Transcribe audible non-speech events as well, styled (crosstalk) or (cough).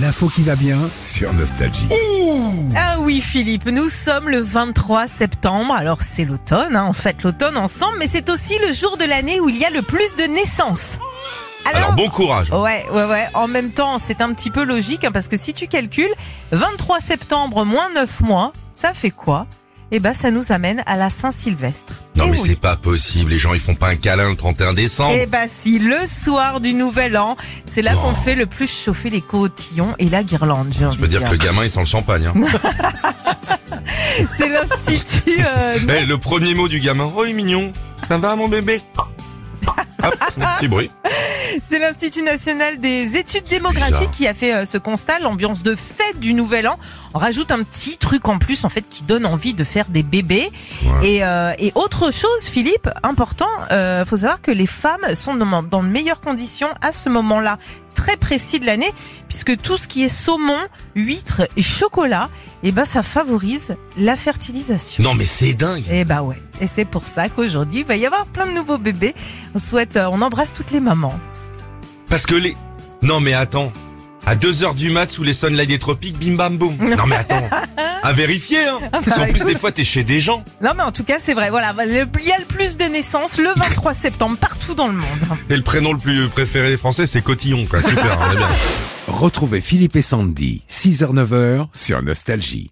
L'info qui va bien sur Nostalgie. Ah oui Philippe, nous sommes le 23 septembre, alors c'est l'automne, hein, on fête l'automne ensemble, mais c'est aussi le jour de l'année où il y a le plus de naissances. ah, Alors bon courage. Ouais, ouais, ouais. En même temps, c'est un petit peu logique hein, parce que si tu calcules, 23 septembre moins 9 mois, ça fait quoi Eh ben, ça nous amène à la Saint-Sylvestre. Non Eh mais oui. c'est pas possible, les gens ils font pas un câlin le 31 décembre. Eh ben si, le soir du Nouvel An, c'est là qu'on Oh. Oh. fait le plus chauffer les cotillons et la guirlande. j'ai envie Je peux de dire que le gamin il sent le champagne. Hein. C'est l'institut. euh, Eh, le premier mot du gamin, oh il est mignon, ça va mon bébé Hop, petit bruit. C'est l'Institut national des études démographiques Bizarre. qui a fait euh, ce constat, l'ambiance de fête du Nouvel An. On rajoute un petit truc en plus en fait qui donne envie de faire des bébés. Ouais. Et, euh, et autre chose, Philippe, important, euh, faut savoir que les femmes sont dans, dans de meilleures conditions à ce moment-là très précis de l'année, puisque tout ce qui est saumon, huître et chocolat, eh ben ça favorise la fertilisation. Non mais c'est dingue. Eh bah ouais, et c'est pour ça qu'aujourd'hui il va y avoir plein de nouveaux bébés. On souhaite, euh, on embrasse toutes les mamans. Parce que les... Non mais attends, à 2h du mat sous les sunlights des tropiques, bim bam (laughs) boum. Non mais attends, à vérifier hein. Ah, bah Parce qu'en plus des fois t'es chez des gens. Non mais en tout cas c'est vrai, voilà, le- il y a le plus de naissances le 23 septembre partout dans le monde. Et le prénom le plus préféré des Français c'est Cotillon quoi, super. hein, on est bien. Retrouvez Philippe et Sandy, 6h-9h sur Nostalgie.